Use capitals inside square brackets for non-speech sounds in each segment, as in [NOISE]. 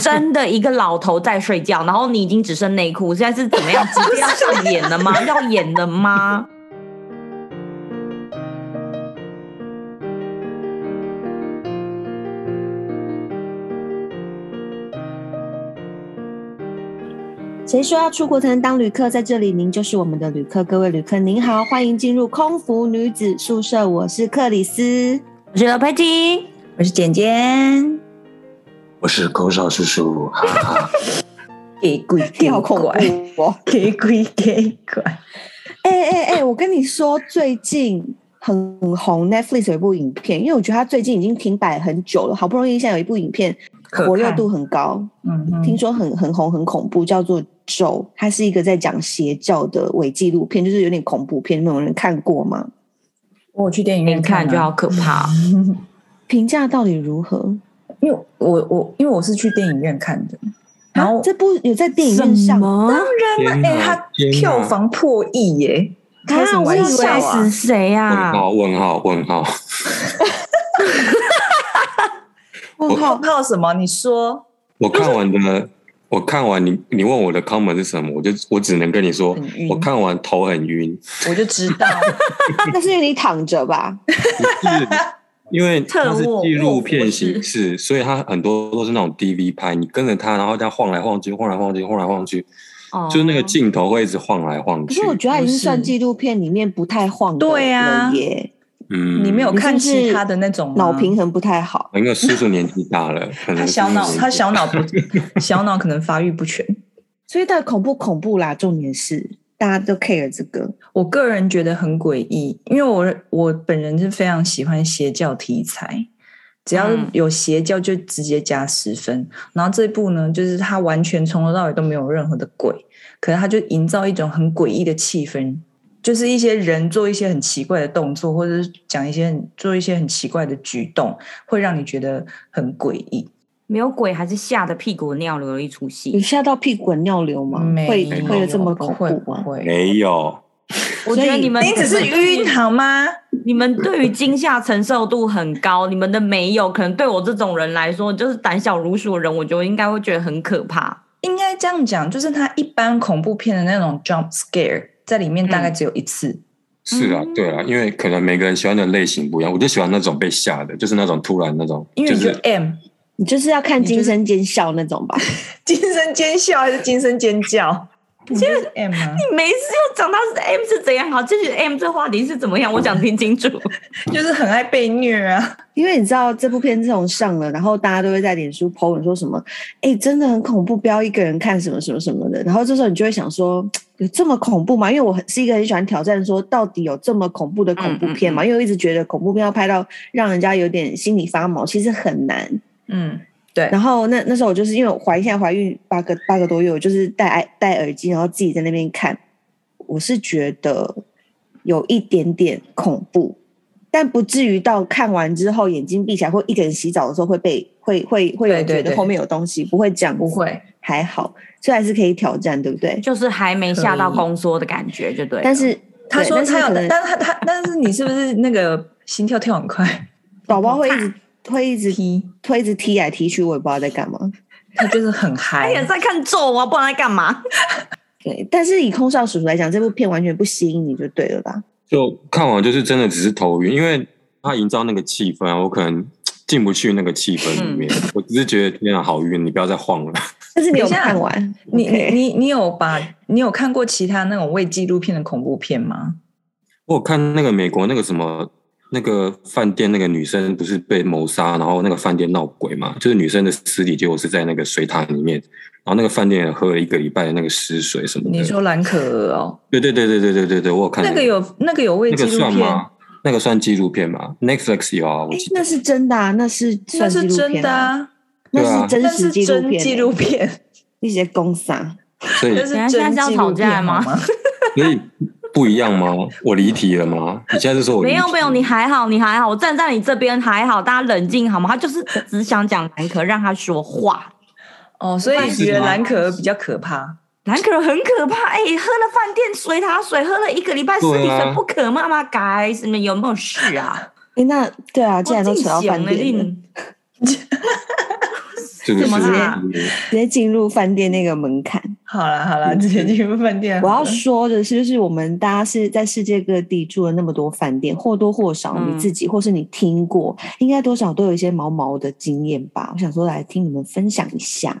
真的一个老头在睡觉，然后你已经只剩内裤，现在是怎么样？直接要上演了 [LAUGHS] 吗？要演了吗？谁说要出国才能当旅客？在这里，您就是我们的旅客。各位旅客，您好，欢迎进入空服女子宿舍。我是克里 [LAUGHS] 斯，我觉得佩奇，我是简简，我是狗少叔叔，哈哈。给鬼给怪，哦！给鬼给怪，哎哎哎，我跟你说，最近很红 Netflix 有一部影片，因为我觉得它最近已经停摆很久了，好不容易现在有一部影片可看火热度很高，嗯嗯，听说很很红很恐怖，叫做《咒》，它是一个在讲邪教的伪纪录片，就是有点恐怖片。你们有人看过吗？我去电影你院看啊就好，可怕。评价到底如何？因为我我因为我是去电影院看的，然啊后，这部有在电影院上么？然嘛，哎、它天哪票房破亿耶！开什么我玩以为笑吓啊死！谁问啊？号问号问号，问号泡泡什么？你说我看完的，我看完你你问我的 comment 是什么，我就我只能跟你说很晕，我看完头很 [LAUGHS] 晕，我就知道，那是因为你躺着吧？是因为它是特务纪录片卧形佛式，所以它很多都是那种 DV 拍，你跟着它，然后这样晃来晃去，晃来晃去，晃来晃去，哦就是那嗯个镜头会一直晃来晃可去是。我觉得它已经不是算纪录片里面不太晃的对啊了耶，嗯，你没有看你是不是其他的那种吗脑平衡不太好。因为叔叔年纪大了，可能他小脑，是他小脑不，小脑可能发育不全。所以到底恐不恐怖啦？重点是大家都 care 这个，我个人觉得很诡异，因为我我本人是非常喜欢邪教题材，只要嗯有邪教就直接加十分。然后这部呢，就是它完全从头到尾都没有任何的鬼，可是它就营造一种很诡异的气氛，就是一些人做一些很奇怪的动作，或者是讲一些很做一些很奇怪的举动，会让你觉得很诡异。没有鬼，还是吓得屁股尿流了一出你戏。吓到屁滚尿流吗？会没会有这么恐会怖不吗？会？没有，我觉得所以你们你只是晕好吗？你们对于惊吓承受度很高，你们的没有，可能对我这种人来说，就是胆小如鼠的人，我觉得应该会觉得很可怕。应该这样讲，就是它一般恐怖片的那种 jump scare 在里面大嗯概只有一次，是啊嗯，对啊，因为可能每个人喜欢的类型不一样，我就喜欢那种被吓的，就是那种突然那种，因为就你就是 M 你就是要看惊声尖笑那种吧？惊声尖笑还是惊声尖叫？你就是 [LAUGHS] M 啊吗？没事，又讲到是 M 是怎样？好，继续 M 这话题是怎么样？我想听清楚。就是很爱被虐啊！因为你知道这部片自从上了，然后大家都会在脸书 po 文说什么，哎、真的很恐怖，不要一个人看什么什么什么的。然后这时候你就会想说，嘖有这么恐怖吗？因为我很是一个很喜欢挑战说，到底有这么恐怖的恐怖片吗？因为我一直觉得恐怖片要拍到让人家有点心里发毛，其实很难。嗯，对然，后那那时候我就是因为我怀现在怀孕八个八个多月，我就是戴耳戴耳机，然后自己在那边看，我是觉得有一点点恐怖，但不至于到看完之后眼睛闭起来，或一个人洗澡的时候会被会会会有对对觉得对后面有东西，不会这样子，不会，还好，所以还是可以挑战，对不对？就是还没吓到宫缩的感觉，就对了。但是他对说但是他有可能，但他他但是你是不是那个心跳跳很快？宝宝会一直会一直踢，会一直踢来踢去，我也不知道在干嘛。他就 [LAUGHS] 是很嗨他。也在看咒啊，不然在干嘛？对，但是以空少叔叔来讲，这部片完全不吸引你就对了吧？就看完就是真的只是头晕，因为他营造那个气氛啊，我可能进不去那个气氛里面，嗯我只是觉得天啊好晕，你不要再晃了。但是你有等一下看完，你你 OK 你你有把你有看过其他那种未纪录片的恐怖片吗？我有看那个美国那个什么那个饭店那个女生不是被谋杀，然后那个饭店闹鬼嘛，就是女生的尸体结果是在那个水塔里面，然后那个饭店也喝了一个礼拜的那个尸水什么的。你说蓝可儿哦，对对对对对对对对，我嗯有看那个有那个有未那纪个录算片，吗？那个算纪录片吗？Netflix 有啊，我哎记，得。那是真的啊，那是那算是纪录真片的，啊，那是对真那实是纪录真片，欸纪录片，一些公啊杀。所以那是等一下真现在是纪要录吵架片好吗 [LAUGHS] 吗？所以不一样吗？我离题了吗？你现在是说我离没题有没有，你还好，你还好，我站在你这边还好，大家冷静好吗？他就是只想讲蓝可，让他说话。哦，所以但是觉得吗啊蓝可儿比较可怕。蓝可很可怕，哎、喝了饭店水塔水，喝了一个礼拜尸对啊体水不可骂吗？改什么有没有事啊？ [LAUGHS] 哦哎，那对啊，既然都扯到我饭进行了店了，令是不怎么啦是？直接进入饭店那个门槛。好了好了，直接进入饭店好我 [LAUGHS] 了。要说的是，就是我们大家是在世界各地住了那么多饭店，或多或少嗯你自己、或是你听过，应该多少都有一些毛毛的经验吧。我想说来听你们分享一下。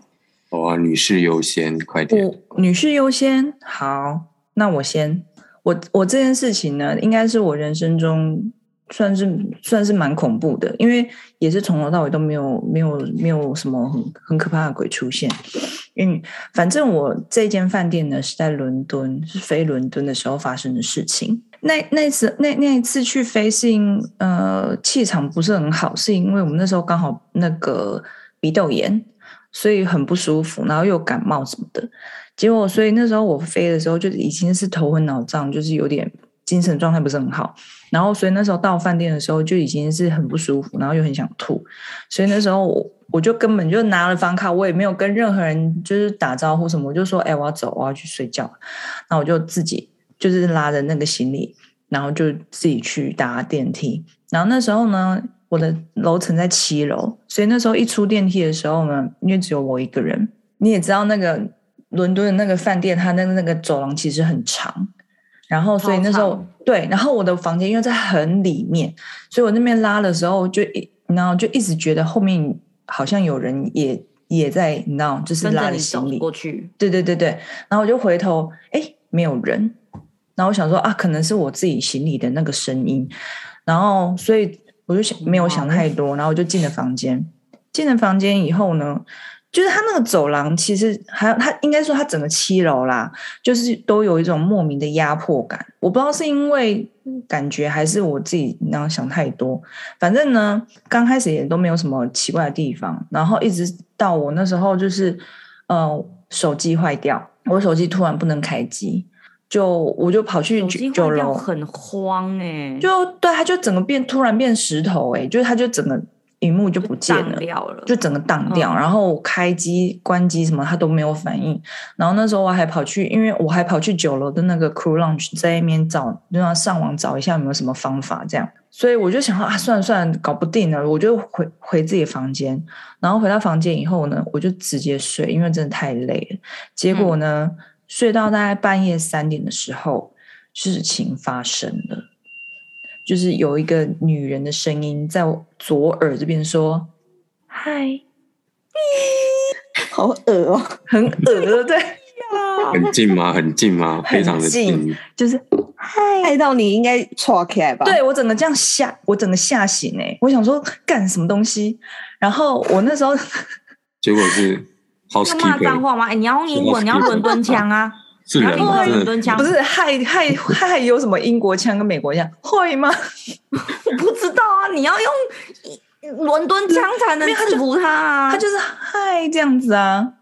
哇，女士优先，快点！我女士优先，好，那我先。我我这件事情呢，应该是我人生中算是算是蛮恐怖的，因为也是从头到尾都没有没有没有什么很很可怕的鬼出现。嗯，反正我这间饭店呢是在伦敦，是飞伦敦的时候发生的事情。那那次那那一次去飞是因呃气场不是很好，是因为我们那时候刚好那个鼻窦炎，所以很不舒服，然后又感冒什么的。结果，所以那时候我飞的时候就已经是头昏脑胀，就是有点精神状态不是很好。然后，所以那时候到饭店的时候就已经是很不舒服，然后又很想吐。所以那时候我我就根本就拿了房卡，我也没有跟任何人就是打招呼什么，我就说：“哎、我要走，我要去睡觉。”那我就自己就是拉着那个行李，然后就自己去搭电梯。然后那时候呢，我的楼层在七楼，所以那时候一出电梯的时候呢，因为只有我一个人，你也知道那个伦敦的那个饭店，它那个那个走廊其实很长，然后所以那时超候对，然后我的房间因为在很里面，所以我那边拉的时候就一，然后就一直觉得后面好像有人也也在，你知道，就是跟拉着着你行走李，过去，对对对对，然后我就回头，哎，没有人。然后我想说啊，可能是我自己行李的那个声音，然后所以我就想没有想太多，然后我就进了房间。进了房间以后呢，就是它那个走廊其实还有它应该说它整个七楼啦，就是都有一种莫名的压迫感。我不知道是因为感觉还是我自己然后想太多，反正呢，刚开始也都没有什么奇怪的地方，然后一直到我那时候就是，呃，手机坏掉，我手机突然不能开机，就我就跑去手九机九坏掉楼，很慌哎、就对，它就整个变突然变石头、欸，就是它就整个荧幕就不见荡了。掉了，就整个荡掉，嗯然后开机、关机什么，它都没有反应。然后那时候我还跑去，因为我还跑去九楼的那个 crew lounge 在那边找，就要上网找一下有没有什么方法这样。所以我就想说啊，算了算了，搞不定了，我就回回自己房间。然后回到房间以后呢，我就直接睡，因为真的太累了。结果呢，睡到大概半夜三点的时候，事情发生了。就是有一个女人的声音在我左耳这边说：“嗨，好恶哦、 [LAUGHS] 很恶，对，很近吗？很近吗？非常的很近。 [LAUGHS] 就是害到你应该岔开吧？对我整个这样吓，我整个吓醒哎、我想说干什么东西，然后我那时候结果是要骂脏 housekeeper，话吗？哎、你要用英文，你要 Housekeeper 伦敦腔 [LAUGHS] 啊，是人吗？你要用真伦的敦腔，不是害害害有什么英国腔跟美国腔会吗？啊我不知道啊，你要用伦敦腔才能没有他就制服他啊，他就是嗨这样子啊，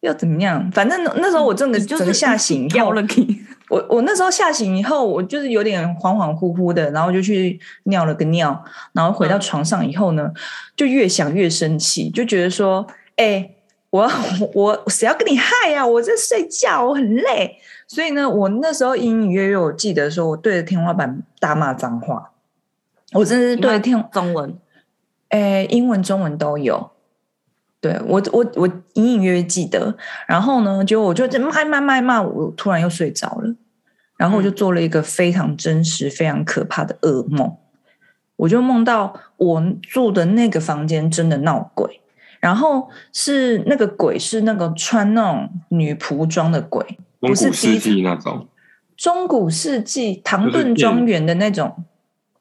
要怎么样？反正那时候我整个你就是整个吓醒以掉后了，你。我我那时候吓醒以后，我就是有点恍恍惚惚的，然后就去尿了个尿，然后回到床上以后呢，就越想越生气，就觉得说，哎、我要 [LAUGHS] 我谁要跟你嗨呀、我在睡觉，我很累。所以呢，我那时候隐隐约约我记得说，我对着天花板大骂脏话，我真的是对着天，中文，诶，英文、中文都有。对我，我我隐隐约约记得。然后呢，结果我就这骂骂骂骂，我突然又睡着了。然嗯后我就做了一个非常真实、非常可怕的噩梦。我就梦到我住的那个房间真的闹鬼，然后是那个鬼是那个穿那种女仆装的鬼，中不是古第一世次纪那种，中古世纪唐就是电顿庄园的那种。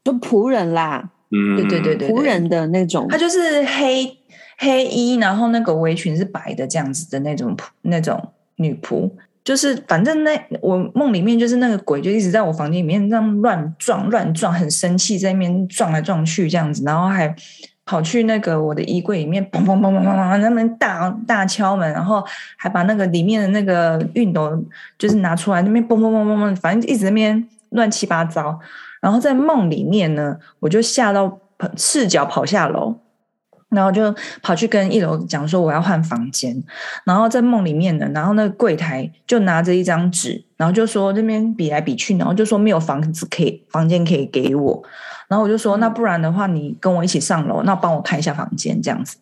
就仆人啦，嗯，对对对对，仆对人的那种它。就是黑黑衣，然后那个围裙是白的这样子的那种仆那种女仆，就是反正那我梦里面就是那个鬼就一直在我房间里面这样乱撞乱撞，很生气在那边撞来撞去这样子，然后还。跑去那个我的衣柜里面，砰砰砰砰砰砰，那边大大敲门，然后还把那个里面的那个熨斗就是拿出来，那边砰砰砰砰砰，反正一直在那边乱七八糟。然后在梦里面呢，我就吓到赤脚跑下楼，然后就跑去跟一楼讲说我要换房间。然后在梦里面呢，然后那个柜台就拿着一张纸，然后就说那边比来比去，然后就说没有房子可以房间可以给我。然后我就说那不然的话，你跟我一起上楼，那帮我看一下房间这样子。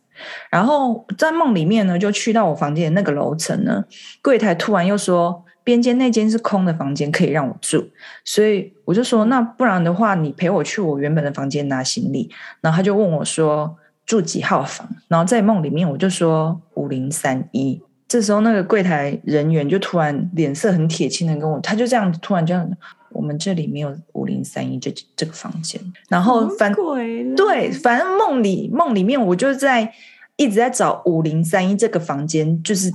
然后在梦里面呢，就去到我房间的那个楼层呢，柜台突然又说边间那间是空的房间，可以让我住，所以我就说那不然的话，你陪我去我原本的房间拿行李。然后他就问我说住几号房，然后在梦里面我就说五零三一。这时候那个柜台人员就突然脸色很铁青的跟我，他就这样突然这样，我们这里没有五零三一这这个房间。然后反鬼了对，反正梦里梦里面，我就在一直在找五零三一这个房间，就是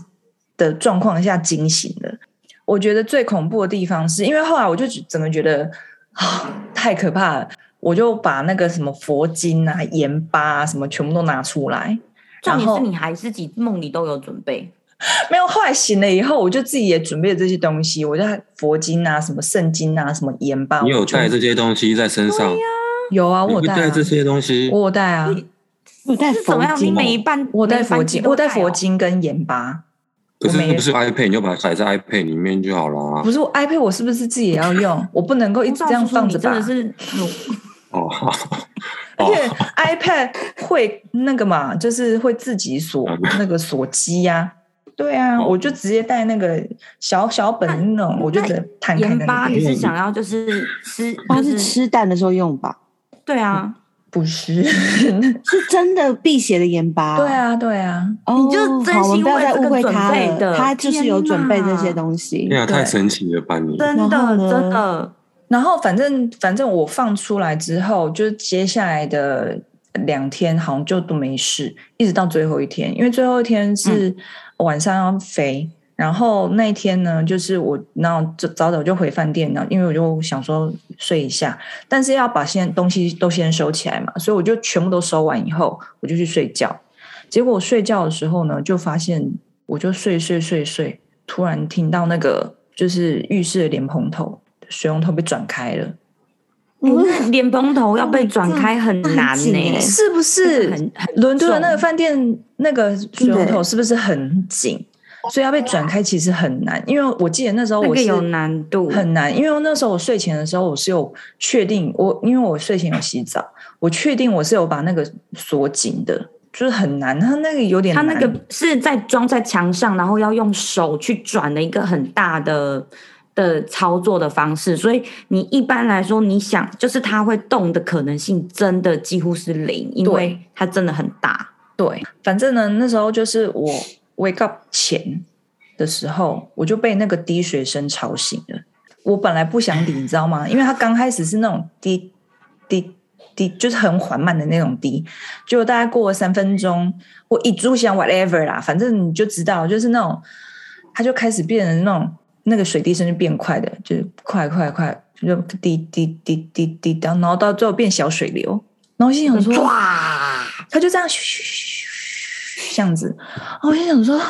的状况下惊醒的。我觉得最恐怖的地方是因为后来我就只怎么觉得啊、太可怕了，我就把那个什么佛经啊、盐巴啊什么全部都拿出来， [LAUGHS] 重然点是后你还自己梦里都有准备，没有，后来醒了以后，我就自己也准备了这些东西，我就还佛经啊、什么圣经啊、什么盐巴，你有我就带这些东西在身上？有啊，你我有会带、带啊这，些东西？我有带啊，有带是怎么佛样？你经每一半哦我带佛经，我带带哦佛，经跟盐巴。可是我没不是 iPad，你就把它塞在 iPad 里面就好了啊不。是我 iPad，我是不是自己也 [LAUGHS] 要用？我不能够一你直这样放着真吧的？是嗯哦， [LAUGHS] 好而哦 [LAUGHS] 且 iPad 会那个嘛，就是会自己锁那个锁机呀、对啊，嗯哦我就直接带那个小小本那种，我就直接摊开盐在那巴，你边。是想要就是 [LAUGHS] 吃，他就是吃蛋的时候用吧？对啊，[LAUGHS] 不是，是真的辟邪的盐巴、对，啊，对啊，哦、你就真好我们心不要为再这误个会准他备了，的他就是天有准备这些哪东西哎。呀，对太神奇了吧嗯你！真然后的呢真的，然后反正反正我放出来之后，就是接下来的两天好像就都没事，一直到最后一天，因为最后一天是晚上要飞。然后那一天呢，就是我，然后就早早就回饭店，然后因为我就想说睡一下，但是要把现在东西都先收起来嘛，所以我就全部都收完以后，我就去睡觉。结果我睡觉的时候呢，就发现我就睡睡睡睡，突然听到那个就是浴室的莲蓬头水龙头被转开了，那莲蓬头要被转开很难这很紧呢欸，是不是？哦很很伦敦的那个重饭店那个水龙头是不是很紧？所以要被转开其实很难，因为我记得那时候那我个是有难度，很难，因为那时候我睡前的时候我是有确定我，因为我睡前有洗澡，我确定我是有把那个锁紧的，就是很难，它那个有点它难，欸那个是在装在墙上，然后要用手去转的一个很大的的操作的方式，所以你一般来说，你想就是它会动的可能性真的几乎是零，因为对它真的很大。对，反正呢，那时候就是我 wake up 前的时候，我就被那个滴水声吵醒了。我本来不想理，你知道吗？因为它刚开始是那种滴滴滴，就是很缓慢的那种滴。结果大概过了三分钟，我一炷香 whatever 啦，反正你就知道，就是那种，它就开始变成那种那个水滴声就变快的，就是快快快，就滴滴滴滴滴，然后到最后变小水流。然后我心想说，哇！他就这样咻咻咻咻这样子，然后我就想说，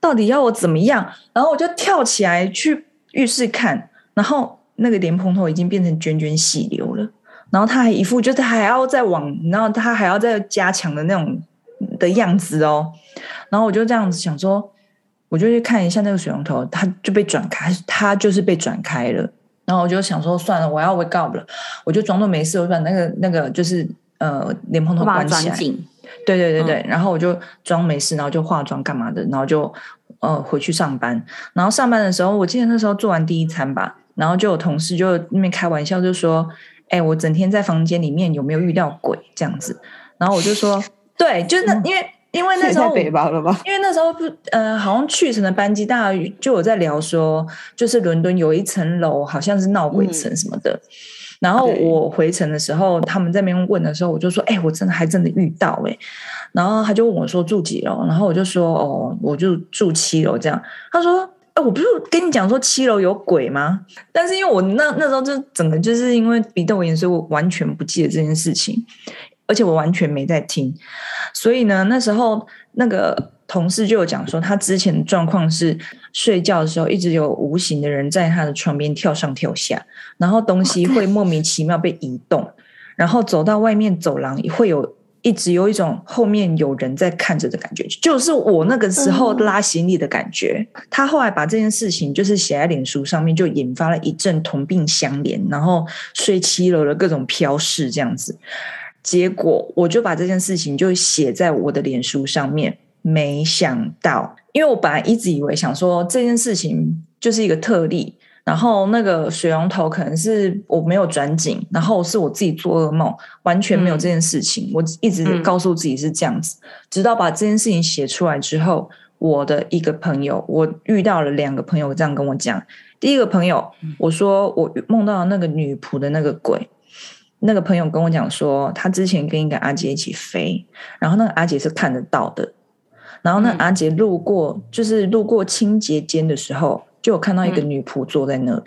到底要我怎么样？然后我就跳起来去浴室看，然后那个莲蓬头已经变成涓涓细流了，然后他还一副就是还要再往，然后他还要再加强的那种的样子哦。然后我就这样子想说，我就去看一下那个水龙头，它就被转开，它就是被转开了。然后我就想说，算了，我要 wake up 了，我就装作没事，我就把那个那个就是呃莲蓬头我把它关起转来。紧，对对嗯对对，然后我就装没事，然后就化妆干嘛的，然后就呃回去上班。然后上班的时候，我记得那时候做完第一餐吧，然后就有同事就那边开玩笑就说：“哎，我整天在房间里面有没有遇到鬼这样子？”然后我 [LAUGHS] 就说：“对，就是嗯那因为因为那也时候太我北吧了 [LAUGHS] 吧？因为那时候不，呃，好像去程的班机，大家就有在聊说，就是伦敦有一层楼好像是闹鬼嗯城什么的。然后对我回程的时候，他们在那边问的时候，我就说：“哎、我真的还真的遇到哎、然后他就问我说住几楼，然后我就说：“哦，我就住七楼这样。”他说：“哎、我不是跟你讲说七楼有鬼吗？”但是因为我那那时候就整个就是因为鼻窦炎，所以我完全不记得这件事情，而且我完全没在听。所以呢，那时候那个同事就有讲说，他之前的状况是睡觉的时候一直有无形的人在他的床边跳上跳下，然后东西会莫名其妙被移动，然后走到外面走廊会有。一直有一种后面有人在看着的感觉，就是我那个时候拉行李的感觉。他后来把这件事情就是写在脸书上面，就引发了一阵同病相怜，然后睡七楼的各种飘逝这样子。结果我就把这件事情就写在我的脸书上面，没想到，因为我本来一直以为想说这件事情就是一个特例，然后那个水龙头可能是我没有转紧，然后是我自己做噩梦，完全没有这件事情。我一直嗯告诉自己是这样子，直到把这件事情写出来之后，我的一个朋友，我遇到了两个朋友这样跟我讲。第一个朋友，我说我梦到那个女仆的那个鬼，那个朋友跟我讲说，他之前跟一个阿姐一起飞，然后那个阿姐是看得到的，然后那嗯阿姐路过，就是路过清洁间的时候，就有看到一个嗯女仆坐在那里。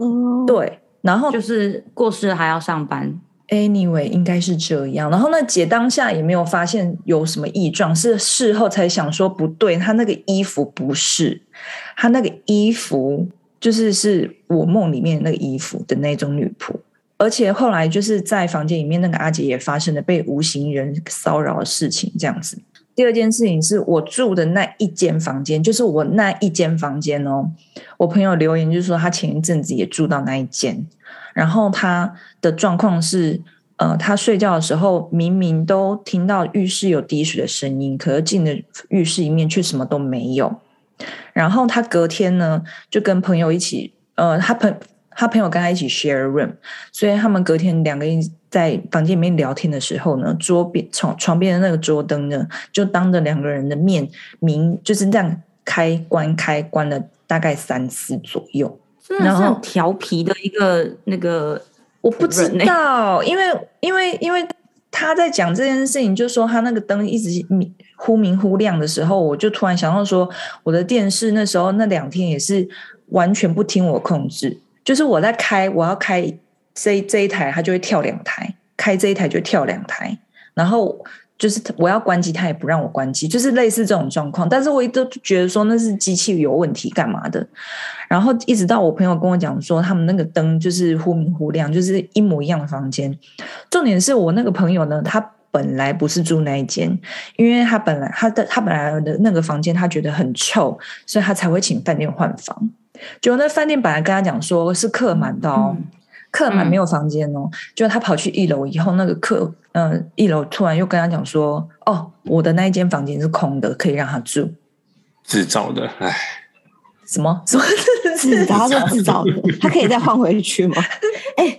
嗯，对，然后就是过世还要上班， anyway 应该是这样。然后那姐当下也没有发现有什么异状，是事后才想说不对，她那个衣服不是，她那个衣服就是是我梦里面的那个衣服的那种女仆。而且后来就是在房间里面，那个阿姐也发生了被无形人骚扰的事情，这样子。第二件事情是我住的那一间房间，就是我那一间房间哦。我朋友留言就说他前一阵子也住到那一间，然后他的状况是，呃，他睡觉的时候明明都听到浴室有滴水的声音，可是进了浴室里面却什么都没有。然后他隔天呢，就跟朋友一起，呃，他朋他朋友跟他一起 share room，所以他们隔天两个人在房间里面聊天的时候呢，桌边床床边的那个桌灯呢，就当着两个人的面明就是这样开关开关了大概三次左右。真的然是后很调皮的一个那个。我不知人欸道，因为因为因为他在讲这件事情，就说他那个灯一直明忽明忽亮的时候，我就突然想到说，我的电视那时候那两天也是完全不听我控制，就是我在开，我要开这这一台，它就会跳两台，开这一台就跳两台，然后。就是我要关机，它也不让我关机，就是类似这种状况。但是我一直都觉得说那是机器有问题，干嘛的？然后一直到我朋友跟我讲说，他们那个灯就是忽明忽亮，就是一模一样的房间。重点是我那个朋友呢，他本来不是住那一间，因为他本来他的他本来的那个房间他觉得很臭，所以他才会请饭店换房。结果那饭店本来跟他讲说是客满的哦。嗯客嗯满没有房间哦，就他跑去一楼以后，那个客，嗯、一楼突然又跟他讲说，哦，我的那一间房间是空的，可以让他住。自找的，唉，什么？什么？ [LAUGHS] 自找，他说自找的，他可以再换回去吗？哎、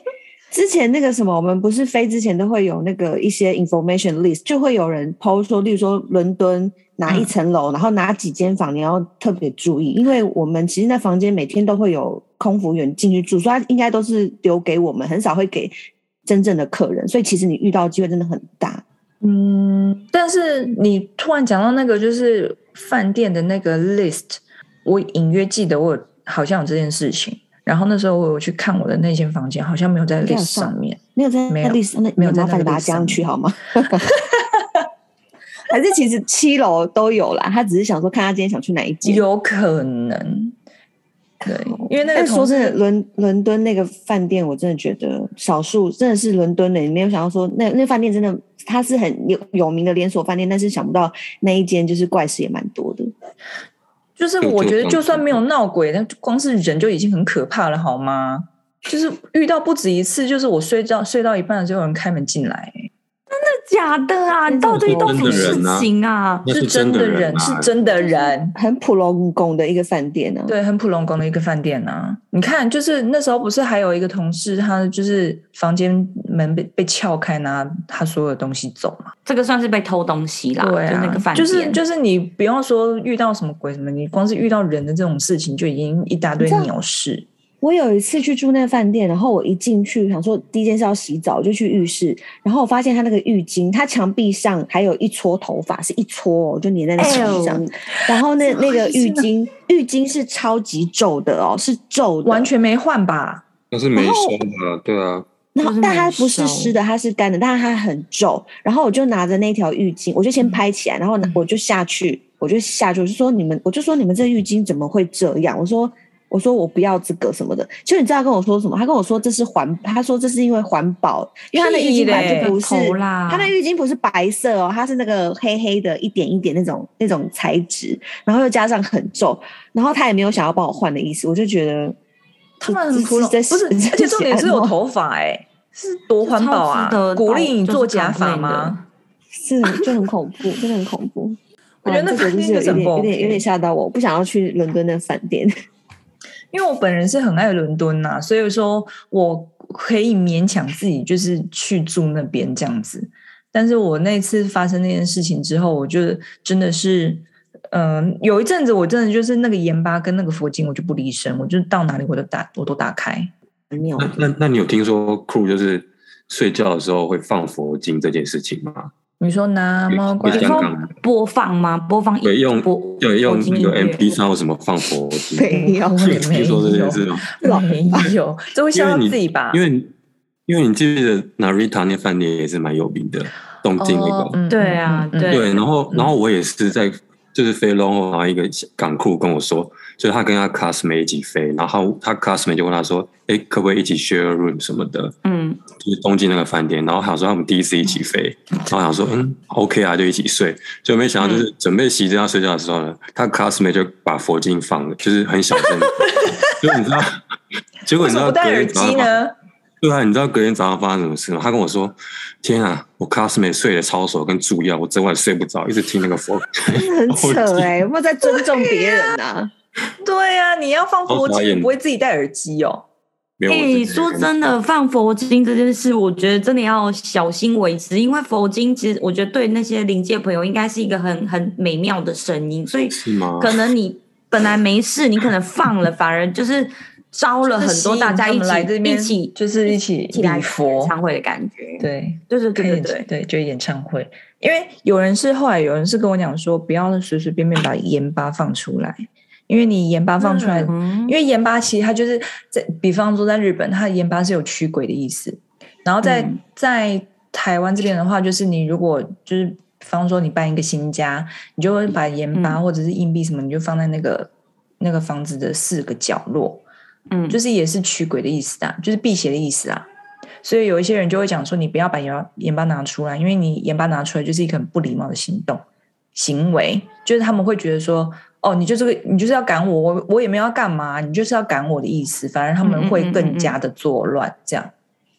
之前那个什么，我们不是飞之前都会有那个一些 information list，就会有人 PO 说，例如说伦敦哪一层楼，然后哪几间房你要特别注意，因为我们其实那房间每天都会有空服员进去住，所以他应该都是留给我们，很少会给真正的客人，所以其实你遇到的机会真的很大。嗯，但是你突然讲到那个就是饭店的那个 list，我隐约记得我有好像有这件事情。然后那时候我有去看我的那间房间，好像没有在应该有 list 上上面。没有在没那有 list，那没有在麻那烦个你把它 list 加上上去好吗？ [LAUGHS] 还是其实七楼都有啦，他只是想说看他今天想去哪一间。哦有可能，对，因为那个但同说真事的，伦伦敦那个饭店，我真的觉得少数真的是伦敦的，你没有想到说那那饭店真的它是很有有名的连锁饭店，但是想不到那一间就是怪事也蛮多的。就是就我就觉得放就松算没有闹鬼，那光是人就已经很可怕了，好吗？就是遇到不止一次，就是我睡觉睡到一半的时候，有人开门进来、假的啊！你到底遇到什么事情啊？那是真真的人、啊，是真的人。很普龙宫的一个饭店呢、啊，对，很普龙宫的一个饭店啊。你看，就是那时候不是还有一个同事，他就是房间门被被撬开，拿他所有东西走嘛。这个算是被偷东西啦，对就啊，那个饭就店，是就是你不要说遇到什么鬼什么，你光是遇到人的这种事情，就已经一大堆你知道鸟事。我有一次去住那个饭店，然后我一进去想说第一件事要洗澡，就去浴室，然后我发现他那个浴巾，它墙壁上还有一撮头发，是一撮、哦，就粘在那墙壁上。哎呦然后那什么那个意思浴呢巾，浴巾是超级皱的哦，是皱的，完全没换吧？那是没收的，对啊，然后就是，但它难不是受湿的，它是干的，但它很皱。然后我就拿着那条浴巾，我就先拍起来，然后拿嗯我就下去，我就下去，我就说你们，我就说你们这浴巾怎么会这样？我说。我说我不要这个什么的，其实你知道他跟我说什么？他跟我说这是环，他说这是因为环保，因为他的浴屁巾本来嘞就不是，头啦他的浴巾不是白色哦，它是那个黑黑的，一点一点那种那种材质，然后又加上很皱，然后他也没有想要帮我换的意思，我就觉得他们很普这龙，不这是这，而且重点是这按有摩头发哎、是多环保啊这超值！得鼓励你就是做假 complain 发的吗？是就很恐怖，真的很恐怖。我觉得那哇这个就是有饭店就是很点不有点有 OK 点吓到我，我不想要去伦敦的饭店。因为我本人是很爱伦敦呐、所以说我可以勉强自己就是去住那边这样子。但是我那次发生那件事情之后，我就真的是，嗯、有一阵子我真的就是那个盐巴跟那个佛经，我就不离身，我就到哪里我都打我都打开。 [LAUGHS] 没有，那那那你有听说 crew 就是睡觉的时候会放佛经这件事情吗？你说南无观在你世香说港吗播放吗？播放对，一用播对用火星那音个乐 M P 三或什么放佛经，没有我你 [LAUGHS] 有也没听说这件有，事吗？老没有，这会因吓为到你自己吧？因为因为你记不记得 Narita 那饭店也是蛮有名的，东京那个。哦嗯对啊嗯嗯对对，然后然后我也是在就是飞 long haul，然后一个港库跟我说，就是他跟他 classmate 一起飞，然后他他 classmate 就问他说，哎，可不可以一起 share room 什么的，嗯，就是东京那个饭店。然后想说他们第一次一起飞，然后想说嗯 OK 啊，就一起睡。就没想到嗯就是准备熄灯要睡觉的时候呢，他 classmate 就把佛经放了，就是很小声。 [LAUGHS] 就你知道，结果为你什知道么不戴隔耳天早上机呢？对啊，你知道隔天早上发生什么事吗？他跟我说：“天啊，我 classmate 睡得超熟，跟猪一样，我整晚睡不着，一直听那个佛。真的很扯哎、有没有在尊重别人啊？对呀、啊，你要放佛好傻经，眼你不会自己戴耳机哦。”没有，我哎、自己说跟真的，放佛经这件事，我觉得真的要小心为之，因为佛经其实我觉得对那些灵界朋友应该是一个很很美妙的声音，所以是吗？哦可能你本来没事，你可能放了，反而就是招了很多大家一就是吸引他们来这起边一起就是一起一起来礼佛演唱会的感觉。对，对对可对以对对，对，就演唱会，因为有人是后来有人是跟我讲说，不要随随便便把盐巴放出来，因为你盐巴放出来，嗯因为盐巴其实它就是在，比方说在日本，它的盐巴是有驱鬼的意思，然后在、嗯在台湾这边的话，就是你如果就是，比方说你搬一个新家，你就会把盐巴嗯或者是硬币什么，你就放在那个那个房子的四个角落，嗯，就是也是驱鬼的意思啊，就是辟邪的意思啊。所以有一些人就会讲说，你不要把盐巴盐巴拿出来，因为你盐巴拿出来就是一个很不礼貌的行动行为，就是他们会觉得说，哦，你就这个，你就是要赶我，我我也没有要干嘛，你就是要赶我的意思，反而他嗯嗯们嗯会嗯嗯更加的作乱，这样。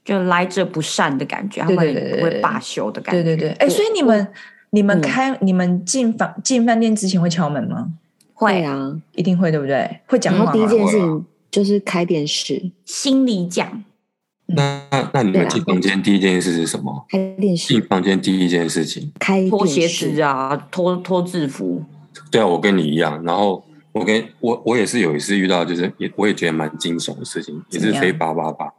就来者不善的感觉，他对们对也对不对会对罢休的感对觉。对对，哎，所以你们你们嗯开你们进房进饭店之前会敲门吗？会啊。一定会，对不对？会讲然后话嗯第一吗？件事情就是开电视，心里讲，那那那你对们啊进房间第一件事是什么？开电进视，房间第一件事情，开脱鞋电视子啊，脱脱制服，对啊，我跟你一样。然后我跟我我也是有一次遇到，就是也我也觉得蛮惊悚的事情，也怎是么样飞八八八。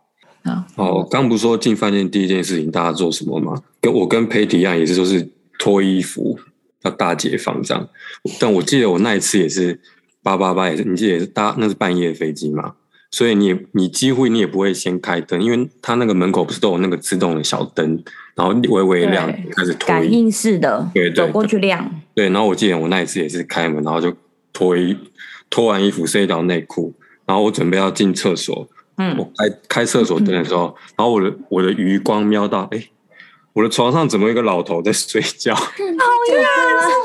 啊，哦，刚不是说进饭店第一件事情大家做什么吗？跟我跟 Patty 一样，也是就是脱衣服要大解放这样。但我记得我那一次也是八八八，也是你记得也是搭那是半夜飞机嘛，所以你也你几乎你也不会先开灯，因为它那个门口不是都有那个自动的小灯，然后微微亮对开始脱感衣。应式的，对对走过去亮，对，然后我记得我那一次也是开门，然后就脱衣脱完衣服剩一条内裤，然后我准备要进厕所，我嗯，开开厕所灯的时嗯候，然后我的我的余光瞄到，哎、我的床上怎么有一个老头在睡觉？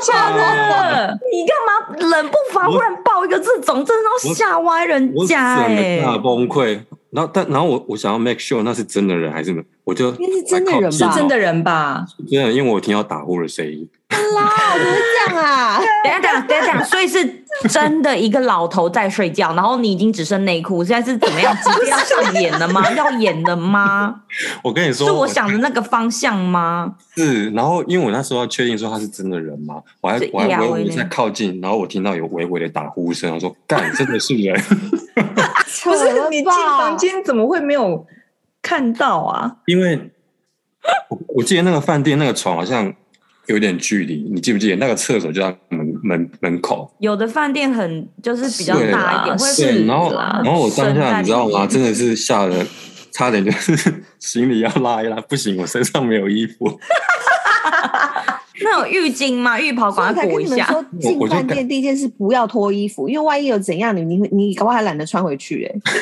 假的，你干嘛冷不防我忽然爆一个这种，真的要我吓歪人我整家哎、欸个大崩溃。然后但然后我我想要 make sure 那是真的人还是没，我就应该是真的人吧是是真的人吧？真的，因为我听到打呼的声音，啦，怎么这样啊？等一下等一下等一下等一下，所以是真的一个老头在睡觉，然后你已经只剩内裤，现在是怎 [LAUGHS] 么样？直接要上演了吗？要演了吗？我跟你说，是我想的那个方向吗？是，然后因为我那时候要确定说他是真的人嘛，我还是我还一啊微微微的在靠近，然后我听到有微微的打呼声，我说干，真的是人， [LAUGHS] 扯 [LAUGHS] 不是了你进吧房间怎么会没有看到啊？因为我我记得那个饭店那个床好像有点距离，你记不记得那个厕所就在门门门口？有的饭店很就是比较对大一啦点，会是对，然后啦然后我当生在下你知里道吗？面真的是吓得差点就是 [LAUGHS] 行李要拉一拉，不行，我身上没有衣服。那有浴巾吗？浴袍所以赶快我才裹跟一你们下。说，进我就饭感店第一件事不要脱衣服，因为万一有怎样，你你你搞不好还懒得穿回去哎、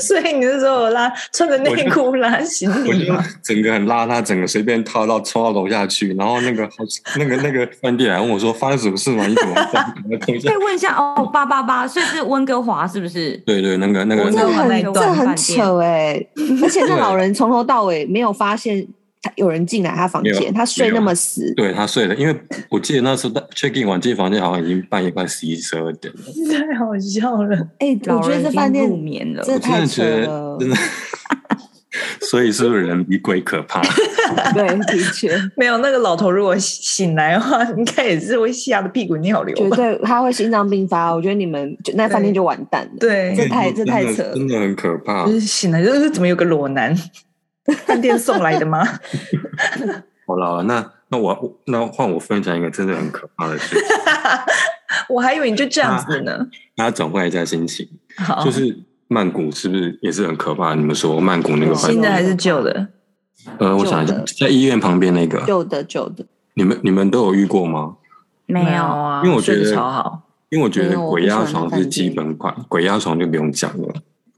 所以你是说我拉穿着内裤拉行我李就吗？整个很邋遢，整个随便套到冲到楼下去，然后那个那个那个饭店来问我说发生什么事吗？你怎么在楼下可以？问一下哦，八八八，所以是温哥华是不是？ [LAUGHS] 对对，那个 [LAUGHS] 那个我这那个真的很那一这段很饭店扯哎、 [LAUGHS] 而且那对老人从头到尾没有发现他有人进来他房没有间，他睡没有那么死，对他睡了，因为我记得那时候 check in 完进房间好像已经半夜快十一十二点了。太好笑了！哎、我老觉得人这已饭经店入眠了。这我真太的扯觉了得，真的，所以是不是人比鬼可怕？ [LAUGHS] 对，的 [LAUGHS] 确，没有那个老头，如果醒来的话，应该也是会吓得屁滚尿流绝吧？对他会心脏病发。我觉得你们就那饭店就完蛋了。[LAUGHS] 对，这太这真的太扯了嗯真的很可怕就。是醒来就是怎么有个裸男？饭店送来的吗？好了，那那我那换我分享一个真的很可怕的事情，我还以为你就这样子呢。大家转换一下心情，哦好就，是曼谷是不是也是很可怕？你们说曼谷那个饭新店，的还是旧的？呃，我想一下旧的，在医院旁边那个，旧的旧的，你们你们都有遇过吗？没有，啊，因为我觉得睡超好。因为我觉没得有我鬼不喜压欢那床饭是基店本款，鬼压床就不用讲了。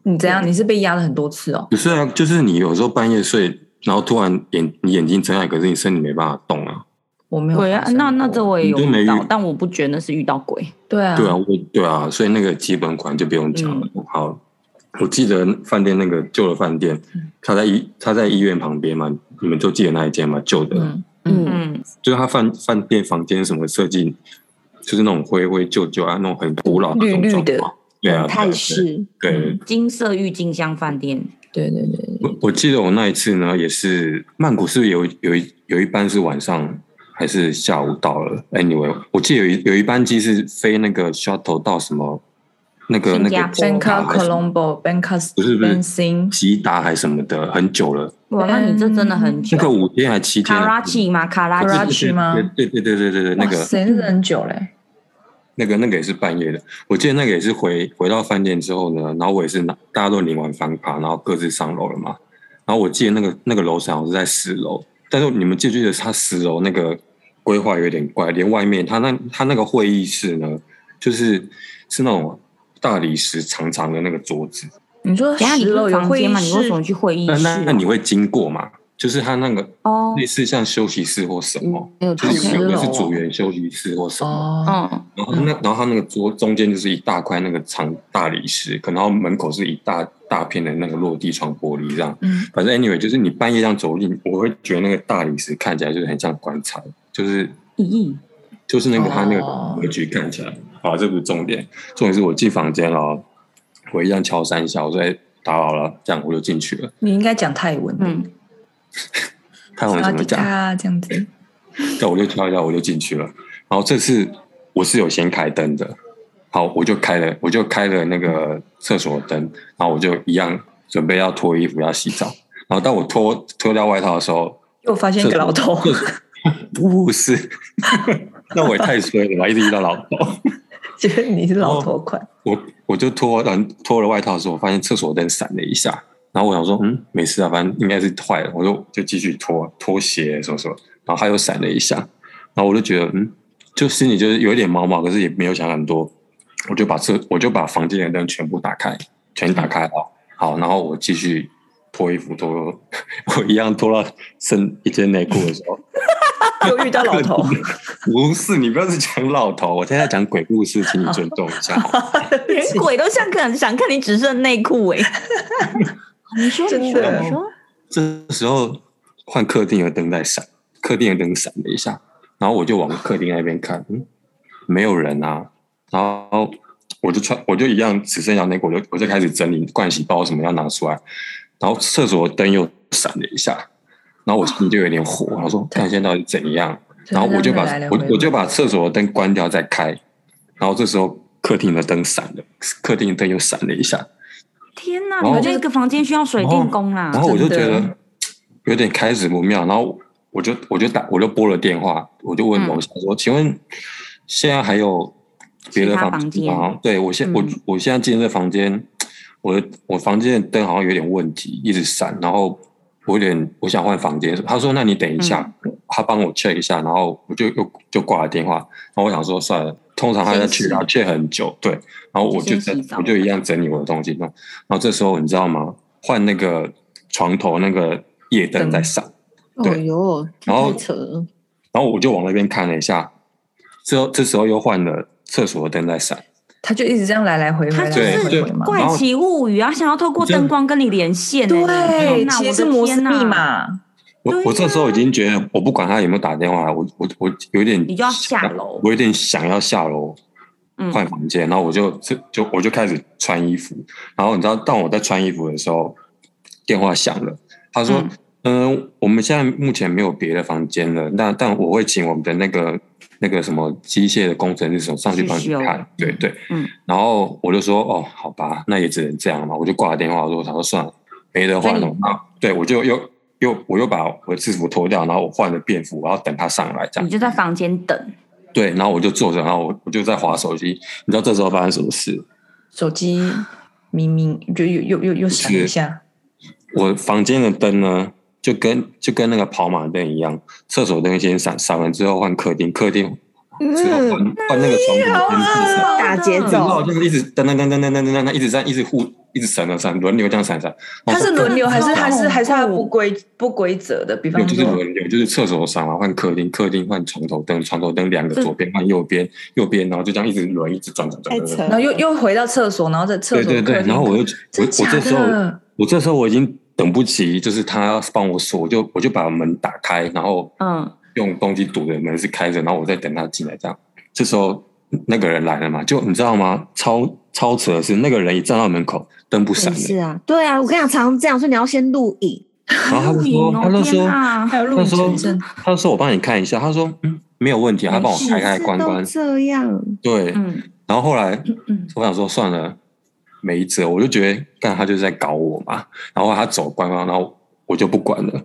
你怎样？你是被压了很多次哦？不是啊，就是你有时候半夜睡，然后突然眼你眼睛睁开，可是你身体没办法动啊。我没有鬼发啊！生过。那那这我也有你都没遇遇到，但我不觉得那是遇到鬼。嗯对啊，对啊，我对啊，所以那个基本款就不用讲了。好，我记得饭店那个旧的饭店，嗯他在医他在医院旁边嘛，你们都记得那一间嘛，旧的，嗯嗯，嗯，嗯，就是他饭饭店房间什么设计，就是那种灰灰旧旧啊，那种很古老的绿那种绿状的况，对啊，泰对啊式，对对金色郁金香饭店，对对对，我我记得我那一次呢，也是曼谷，是不是有一有一有一班是晚上还是下午到了？Anyway，我记得有一有一班机是飞那个 shuttle 到什么那个新那加个坡吉 Bangkok 达还是什么 Colombo Bangkok 不是不是 Bensin 吉达还是什么的，很久了，哇，那你这真的很久那。个五天还七天了。 Karachi 吗对对对？Karachi， Karachi 吗对对对对对对，那哇个塞，那是很久嘞。那个那个也是半夜的，我记得那个也是回回到饭店之后呢，然后我也是拿大家都领完房卡，然后各自上楼了嘛。然后我记得那个那个楼层好像是在十楼，但是你们记不记得它十楼那个规划有点怪，连外面它那它那个会议室呢，就是是那种大理石长长的那个桌子，你说等一下你十楼是有房会间议吗？你为什么室，哦去会议那室那啊？那你会经过嘛？就是它那个哦类，似像休息室或什么，没有就去是十有的是楼哦组员休息室或什么。哦，嗯，然后那，然后他那个桌中间就是一大块那个长大理石，可能然后门口是一大大片的那个落地窗玻璃这样。嗯，反正 anyway，就是你半夜这样走进，我会觉得那个大理石看起来就是很像棺材，就是咦，就是那个他那哦个格局看起来。好，这不是重点，重点是我进房间了，哦我一样敲三下，我说哎打扰了，这样我就进去了。你应该讲泰文，嗯，看我阿怎么迪讲，卡这样子。对，我就敲一下，我就进去了。然后这次我是有先开灯的，好，我就开了，我就开了那个厕所的灯，然后我就一样准备要脱衣服要洗澡。然后当我脱脱掉外套的时候，又发现一厕个所老头，厕所不是， [LAUGHS] 那我也太衰了吧，一直遇到老头。 [LAUGHS] 觉得你是老头款。我我就脱嗯脱了外套的时候，我发现厕所灯闪了一下，然后我想说嗯没事啊，反正应该是坏了，我就就继续脱脱鞋什么什么，然后它又闪了一下，然后我就觉得嗯，就心里就是有一点毛毛，可是也没有想很多，我就把厕我就把房间的灯全部打开，全打开了，好，然后我继续脱衣服脱， [LAUGHS] 我一样脱到剩一件内裤的时候，又遇到老头， [LAUGHS] 不是你不要是讲老头，我现在讲鬼故事，请你尊重一下。连鬼都想看，想看你只剩内裤哎。 [LAUGHS] 你说，你真说，的你说，这时候换客厅的灯在闪，客厅的灯闪了一下，然后我就往客厅那边看，嗯，没有人啊，然后我就穿，我就一样只剩下内裤，我就我就开始整理盥洗包什么要拿出来，然后厕所的灯又闪了一下，然后我心里就有点火，我说看现在到底怎样，然后我就把哦真的来来回我回我就把厕所的灯关掉再开，然后这时候客厅的灯闪了，客厅的灯又闪了一下，天哪！然后你们这个房间需要水电工啊啦然。后我就觉真得的有点开始不妙，然后我就我就打我就拨了电话，我就问嗯楼下说：“请问现在还有别的其他房房间间吗？”对我现我嗯我现在进这房间，我的我房间的灯嗯好像有点问题，一直闪，然后我有点我想换房间。他说：“那你等一下，他帮我 check 一下，然后我就又就挂了电话。然后我想说算了，通常他要先洗 check 要 check 很久，对。然后我就就先洗澡我就一样整理我的东西弄。然后这时候你知道吗？换那个床头那个夜灯在闪，对哦哟，然后太扯了，然后我就往那边看了一下，之后这时候又换了厕所的灯在闪。他就一直这样来来回回，他来就来对回是回嘛。怪奇物语啊，想要透过灯光跟你连线、欸。对，那我其的实是摩斯天密呐，码，我、对我这时候已经觉得，我不管他有没有打电话来，我我我有点你就要下楼我有点想要下楼嗯换房间，然后我就就就我就开始穿衣服，然后你知道，当我在穿衣服的时候，电话响了，他说：“嗯、我们现在目前没有别的房间了，那但我会请我们的那个那个什么机械的工程师什么上去帮你去修看，对对，嗯。然后我就说：哦，好吧，那也只能这样嘛，我就挂了电话，我说想说算了，没得换所以了你，那对我就又又我又把我的制服脱掉，然后我换了便服，然后等他上来这样你。就在房间等，对，然后我就坐着，然后我我就在划手机。你知道这时候发生什么事？手机明明就又又又又闪一下，我房间的灯呢，就跟就跟那个跑马灯一样，厕所灯先闪，闪完之后换客厅，客厅嗯之后换嗯换那个床头灯再哦闪。大节然后奏，就是一直噔噔噔噔噔噔噔噔，一直在一直互一直闪闪啊闪，轮流这样闪闪。他是轮流还是真的还是好还是他恐怖哦不规不规则的？比有方就是说，轮流，就是厕所闪完换客厅，客厅换床头灯，床头灯两个这左边换右边，右边然后就这样一直轮，一直转转转太转。扯转然后又又回到厕所，然后在厕对所对对，客厅然后我就我我真假这时候的我这时候我已经等不及，就是他要帮我锁，我就我就把门打开，然后嗯，用东西堵着门是开着，然后我再等他进来这样。这时候那个人来了嘛，就你知道吗？超超扯的是，那个人一站到门口，灯不闪真是了，啊，对啊，我跟你讲，常常这样，所以你要先录影，然后他就说，他露营就哦天说，啊，还有录那影时候存证，他就说我帮你看一下，他说嗯没有问题啊，他帮我每开开次关都关，这样，对，嗯然后后来嗯，我想说算了，没辙，我就觉得干他就是在搞我嘛。然后他走官方，然后我就不管了，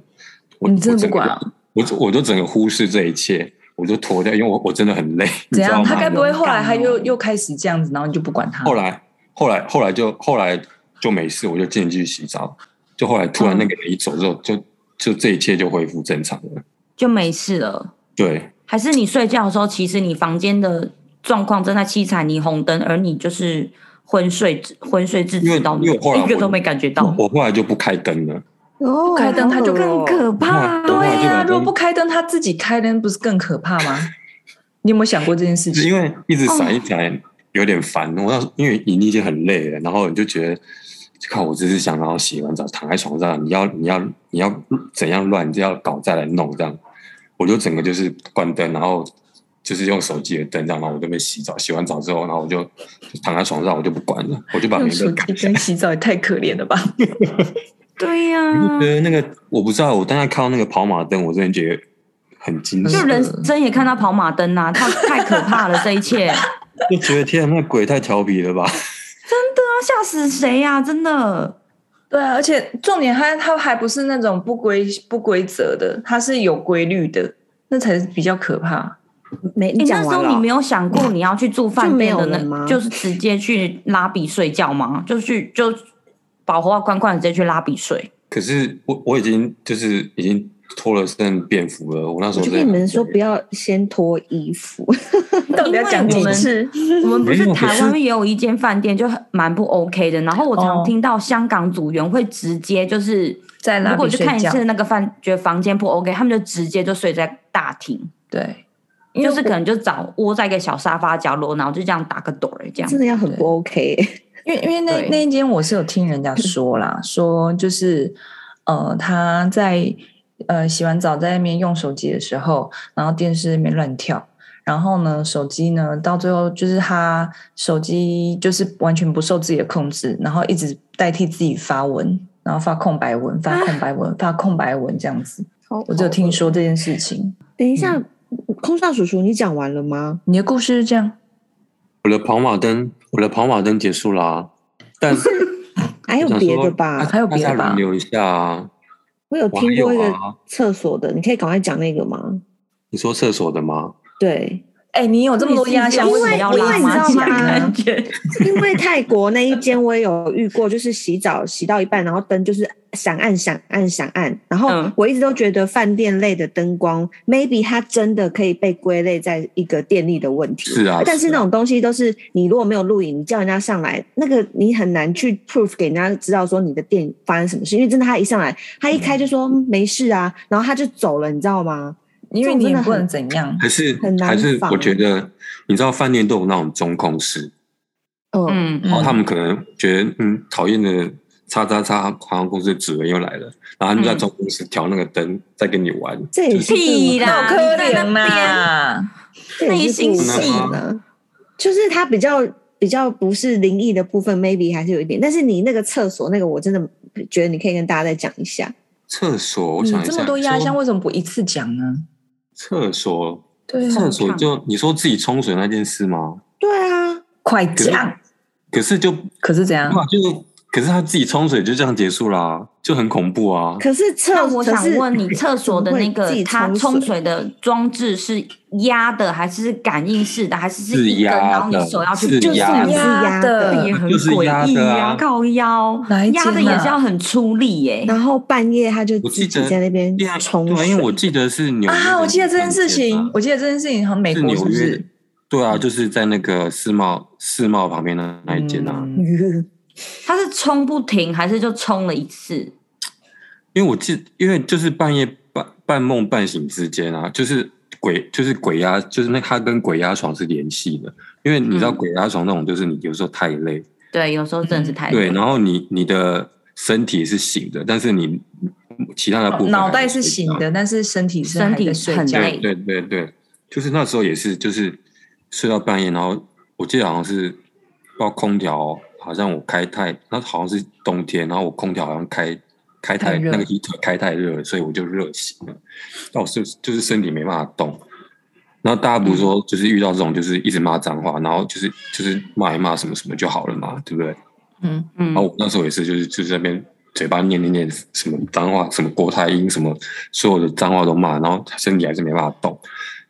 我你真的不管我啊？整个我我就整个忽视这一切，我就脱掉，因为我我真的很累，你知怎道样？吗？他该不会后来他又勇敢哦又开始这样子，然后你就不管他？后来后来后来就后来就没事，我就进去洗澡，就后来突嗯然那个人一走之后，就就这一切就恢复正常了。就没事了。对，还是你睡觉的时候，其实你房间的状况正在七彩霓虹灯，而你就是昏睡至昏睡至因为知到因为我后来一个我都没感觉到，我后来就不开灯了，哦，开灯他就好恶哦更可怕。啊我后来对就呀、把如果灯不开灯，他自己开灯不是更可怕吗？你有没有想过这件事就是情？因为一哦直闪一闪有点烦。我那时候因为你已经很累了，然后你就觉得，靠，我只是想然后洗完澡躺在床上，你要你要你要怎样乱，你就要搞再来弄这样。我就整个就是关灯，然后就是用手机的灯这样，然后我就被洗澡，洗完澡之后，然后我就就躺在床上，我就不管了，我就把用门手都机开。灯洗澡也太可怜了吧！对呀、我就觉得那个我不知道，我当时看到那个跑马灯，我真的觉得很惊就悚，人生也看到跑马灯 [LAUGHS] 呐、啊，太太可怕了，这一切，啊对就觉得天啊，那鬼太调皮了吧。啊，吓死谁呀、真的，对啊，而且重点他他还不是那种不规不规则的，他是有规律的，那才是比较可怕。没你、你那讲时哦完候你了没有想过你要去住饭店的就没有了呢，吗就是直接去拉比睡觉吗？就去就保护好罐罐，直接去拉比睡。可是我我已经就是已经脱了剩便服了，我那时我候就真跟的你很们说累不要先脱衣 [LAUGHS] 服，到底要讲几次？我们不没是有可台是湾也有一间饭店就很蛮不 OK 的，然后我常哦听到香港组员会直接就是，在拉如果比就睡看一觉？次那个饭，觉得房间不 OK，他们就直接就睡在大厅，对，因为就是可我能就找窝在一个小沙发角落，然后就这样打个盹儿这样真。的要很不 OK，因为因为那对嗯那一间我是有听人家说啦，说就是呃他在呃洗完澡在那边用手机的时候，然后电视那边乱跳，然后呢手机呢到最后就是他手机就是完全不受自己的控制，然后一直代替自己发文，然后发空白文，发空白 [LAUGHS] 文，发空白文这样子。我只有听说这件事情，等一下，空少叔叔，你讲完了吗？你的故事是这样。我的跑马灯，我的跑马灯结束啦、但 [LAUGHS] 还有我想别的说吧？还有大别家的吧轮流一下啊。啊我有我听还有过一个啊厕所的，你可以赶快讲那个吗？你说厕所的吗？对，哎，你有这么多压箱，因为什么为要因拉为你知马道 [LAUGHS] 起来吗呢？因为泰国那一间我也有遇过，就是洗澡洗到一半，然后灯就是闪暗闪暗闪暗，然后嗯我一直都觉得饭店类的灯光，maybe 它真的可以被归类在一个电力的问题。是啊，但是那种东西都是你如果没有录影，你叫人家上来，那个你很难去 proof 给人家知道说你的店发生什么事，因为真的他一上来，他一开就说嗯没事啊，然后他就走了，你知道吗？因为你也不能怎样，还是很难还是防我觉得，你知道饭店都有那种中控室，嗯，嗯，然后他嗯们可能觉得嗯讨厌的叉叉叉航空公司的指纹又来了，然后他们就在嗯中控室调那个灯在跟你玩，这也是屁啦好可怜你在那呐！这也是内心不戏行啊，就是它比较比较不是灵异的部分，maybe 还是有一点，但是你那个厕所那个，我真的觉得你可以跟大家再讲一下。厕所，我你想一这下，么多压箱，说为什么不一次讲呢？厕所，对啊，厕所就你说自己冲水那件事吗？对啊，快可是讲！可是就可是怎样？哇，就是可是他自己冲水就这样结束啦，就很恐怖啊。可是那厕，我可想是问你，厕所的那怎么会自个己它冲冲水的装置是压的，还是感应式的，还是是是一根，压然后的你手要去是就压的压这的也很就是压诡异的啊啊，靠腰哪一间啊压的也是要很出力耶、然后半夜他就我自记己得在那边对啊冲对啊，因为水 [LAUGHS] 我记得是纽约啊！的我记得这件事情房，啊我记得这件事情，好像美间吧是国是纽约不是？，对啊，就是在那个世贸世贸旁边的那一间啊。嗯嗯它是冲不停，还是就冲了一次？因为我记，因为就是半夜半半梦半醒之间啊，就是鬼，就是鬼压，就是那它跟鬼压床是联系的。因为你知道嗯鬼压床那种，就是你有时候太累，对，有时候真的是太嗯对，累。然后你你的身体是醒的，但是你其他的部分哦脑袋还是睡醒着的，，但是身体是身还在体睡很觉。累对对对对，就是那时候也是，就是睡到半夜，然后我记得好像是不知道空调，好像我开太，那好像是冬天，然后我空调好像开开太太热那个 heater 开太热了，所以我就热醒了，但我是就是身体没办法动。然后大家不是嗯说，就是遇到这种，就是一直骂脏话，然后就是就是骂一骂什么什么就好了嘛，对不对？嗯，嗯然后啊我那时候也是，就是就是在那边嘴巴念念念什么脏话，什么国台音，什么所有的脏话都骂，然后身体还是没办法动。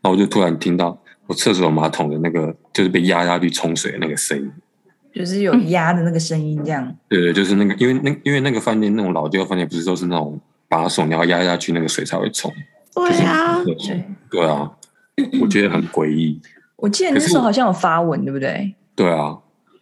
然后我就突然听到我厕所马桶的那个就是被压下去冲水的那个声音。就是有压的那个声音，这样。对对，就是那个，因为那因为那个饭店那种老旧饭店不是都是那种把手你要压下去，那个水才会冲。对哦就是啊，对对，对啊，我觉得很诡异。我记得那可是时候我好像有发文，对不对？对啊，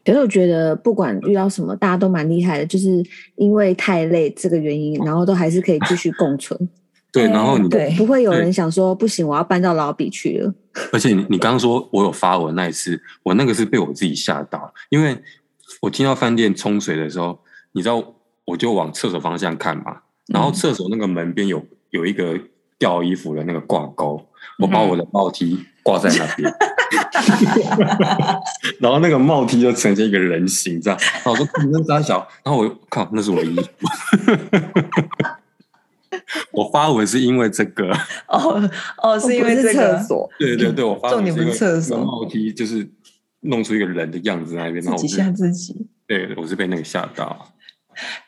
可是我觉得不管遇到什么，大家都蛮厉害的，就是因为太累这个原因，然后都还是可以继续共存，对，哎然后你对 [LAUGHS] 不会有哦 [LAUGHS] 对人想说不行，我要搬到老比去了。而且你你刚刚说我有发文那一次，我那个是被我自己吓到，因为我听到饭店冲水的时候，你知道我就往厕所方向看嘛，然后厕所那个门边有有一个吊衣服的那个挂钩，我把我的帽 T 挂在那边。 [LAUGHS] 然后那个帽 T 就呈现一个人形这样，然后我说你那张小，然后我靠，那是我的衣服。 [LAUGHS] 我发文是因为这个，哦哦，是因为不这是个厕所， [LAUGHS] 对对对，我发重点文因不为是厕所那个帽 T 就是弄出一个人的样子在那边，然自后我己是吓自己。对我是被那个吓到。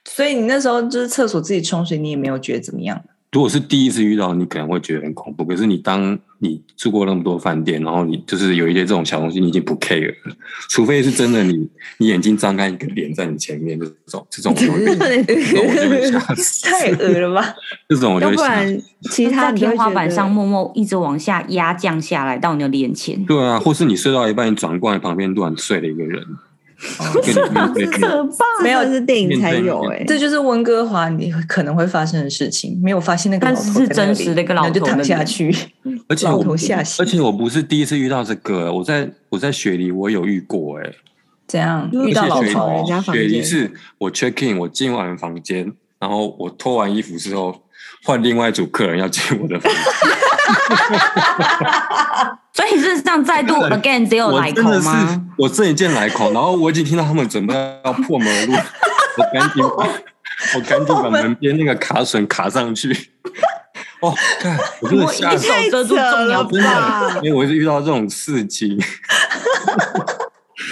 所以你那时候就是厕所自己冲水，你也没有觉得怎么样。如果是第一次遇到，你可能会觉得很恐怖。可是你当你住过那么多饭店，然后你就是有一些这种小东西，你已经不 care 了。除非是真的你， [LAUGHS] 你眼睛张开，一个脸在你前面，这 [LAUGHS] 种这种我就会被，这种我就会吓死，太恶了吧！这种我要就会不 [LAUGHS] 吓死。然其他在你就会天花板觉得上默默一直往下压降下来到你的脸前，对啊，或是你睡到一半，你转过来旁边突然睡了一个人，啊跟 [LAUGHS] 你面对面。怕没有啊这是电影才有哎、这就是温哥华你可能会发生的事情。没有发现那个老头但是是在那里真实的一个老头然后就躺下去。而且老我头不下洗而且我不是第一次遇到这个，我在我在雪梨我有遇过哎、怎样就是遇到老而且雪跑人头？家房雪梨间，是我 check in，我进完房间，然后我脱完衣服之后，换另外一组客人要进我的房间，所以事实上 [LAUGHS] 再度 again 只有我来真口的是吗？我这一件来口，然后我已经听到他们准备要破门而入，我赶紧把我赶紧把门边那个卡榫卡上去。哦，看，我真的我吓一死手遮住重要真的，因为我是遇到这种事情。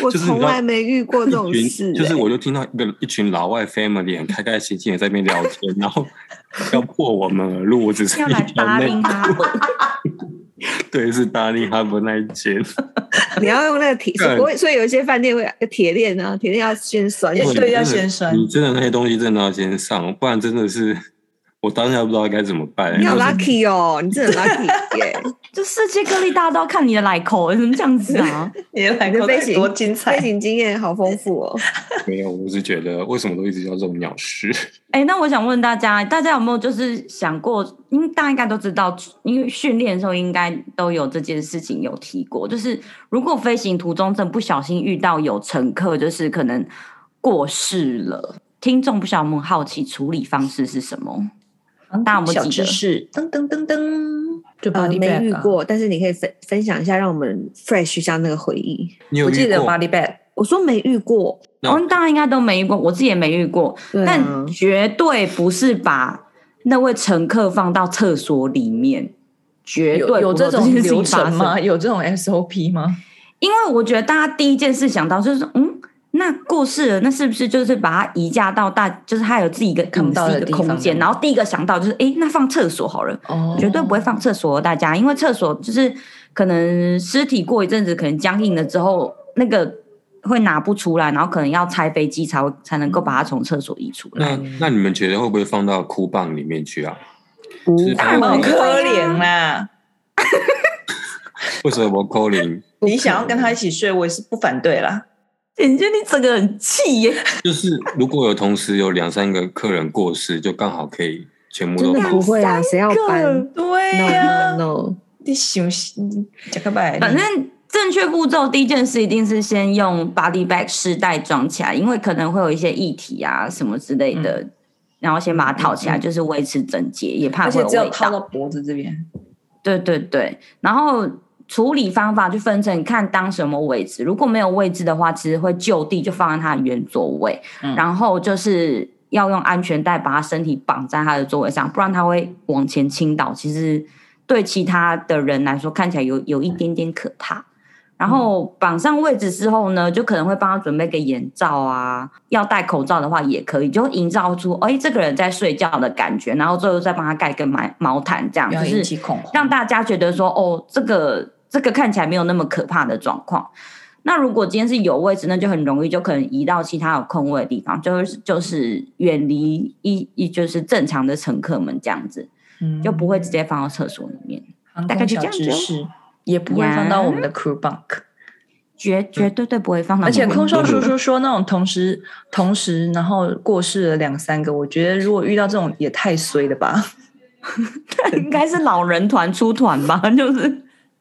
我就是你从知道来没遇过这种一事、群就是哎我就听到一个一群老外 family 很开开心心的在那边聊天，然后要破我们而入，我只是要一来条搭内 [LAUGHS] 理裤，他们，对，是达利哈伯那一间。 [LAUGHS] 你要用那个铁，所以所以有一些饭店会有铁链啊，铁链要先拴 [LAUGHS] 对起来。真的要先删你真的那些东西真的要先上，不然真的是我当下不知道该怎么办。你好我是 lucky 哦，你真的很 [LAUGHS] lucky 耶、就世界各地大家都要看你的来口，怎么这样子啊？你的来你的过飞行多精彩飞！行经验好丰富哦。没有，我只是觉得为什么都一直叫这种鸟事？ [LAUGHS] 哎、那我想问大家，大家有没有就是想过？因为大家应该都知道，因为训练的时候应该都有这件事情有提过，就是如果飞行途中真的不小心遇到有乘客，就是可能过世了，听众不晓得我们好奇处理方式是什么？大家有没有小记知得识，噔噔噔噔，就呃， body 没 bag 啊遇，过，但是你可以分分享一下，让我们 fresh 一下那个回忆。你有我记遇得有过？ body bag，我说没遇过，那哦，大家应该都没遇过，我自己也没遇过，对啊但绝对不是把那位乘客放到厕所里面，绝对有有不会这种件事流情发程生吗？有这种 SOP 吗？因为我觉得大家第一件事想到就是说，嗯，那过世了，那是不是就是把它移驾到大，就是他有自己一个看不隐私到的一个地方空间？的然后第一个想到就是，诶，那放厕所好了，哦绝对不会放厕所哦，大家，因为厕所就是可能尸体过一阵子可能僵硬了之后，那个会拿不出来，然后可能要拆飞机才会才能够把它从厕所移出来。那那你们觉得会不会放到哭棒里面去啊？不就是当然放好不会可怜啦！为什么 calling？你想要跟他一起睡，我也是不反对啦。姐姐，你整个很气耶！ [LAUGHS] 就是如果有同时有两三个客人过世，就刚好可以全部真都的放不会啊，谁要搬对？No 呀 No，No，你想加个拜，反正正确步骤，第一件事一定是先用 body bag 试带装起来，因为可能会有一些液体啊什么之类的，然后先把它套起来，嗯嗯嗯就是维持整洁，也怕会而且有只有味套道。到脖子这边，对对对，然后处理方法就分成看当什么位置，如果没有位置的话，其实会就地就放在它的原座位，嗯然后就是。要用安全带把它身体绑在它的座位上，不然它会往前倾倒。其实对其他的人来说，看起来有有一点点可怕。然后绑上位置之后呢，就可能会帮他准备个眼罩啊，要戴口罩的话也可以，就营造出哎这个人在睡觉的感觉，然后最后再帮他盖个毛毛毯，这样不要就引起是恐慌。让大家觉得说哦，这个这个看起来没有那么可怕的状况。那如果今天是有位置，那就很容易就可能移到其他有空位的地方，就是就是远离一一就是正常的乘客们这样子，嗯就不会直接放到厕所里面，航大概空就小这样子知哦识，也不会放到我们的 crew bunk。绝绝对对不会放到而里且面。空少叔叔说那种同时同时然后过世了两三个，我觉得如果遇到这种也太衰了吧。 [LAUGHS] 应该是老人团出团吧，就是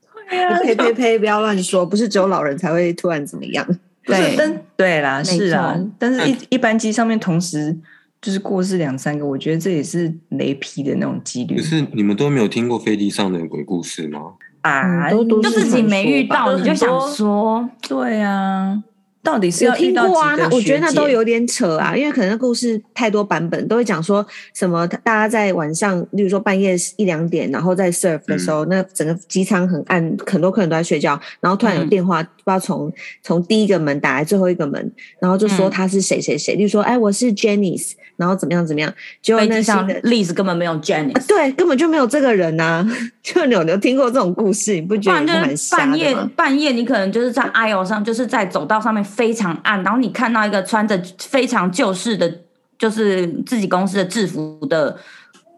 [LAUGHS] 呸呸呸，不要乱说，不是只有老人才会突然怎么样。 [LAUGHS] 不是对 [LAUGHS] 但对啦，错是啊，但嗯是一一班机上面同时就是过世两三个，我觉得这也是雷劈的那种几率可是你们都没有听过飞机上的鬼故事吗？啊，嗯都都就自己没遇到，你就想说，对啊，到底是有要遇听到过啊，几那个我觉得那学姐都有点扯啊，因为可能那故事太多版本，都会讲说什么大家在晚上，例如说半夜一两点，然后在 surf 的时候，那整个机舱很暗，很多客人都在睡觉，然后突然有嗯电话，不知道从从第一个门打来最后一个门，然后就说嗯他是谁谁谁，例如说哎我是 Jennice，然后怎么样怎么样，结果飞那机新上的 Liz 根本没有 Jenny，啊对根本就没有这个人呐、 [LAUGHS] 就你有有听过这种故事，你不不觉得然也就是蛮是瞎半的夜吗？半夜你可能就是在 aisle 上，就是在走道上面非常暗，然后你看到一个穿着非常旧式的，就是自己公司的制服的，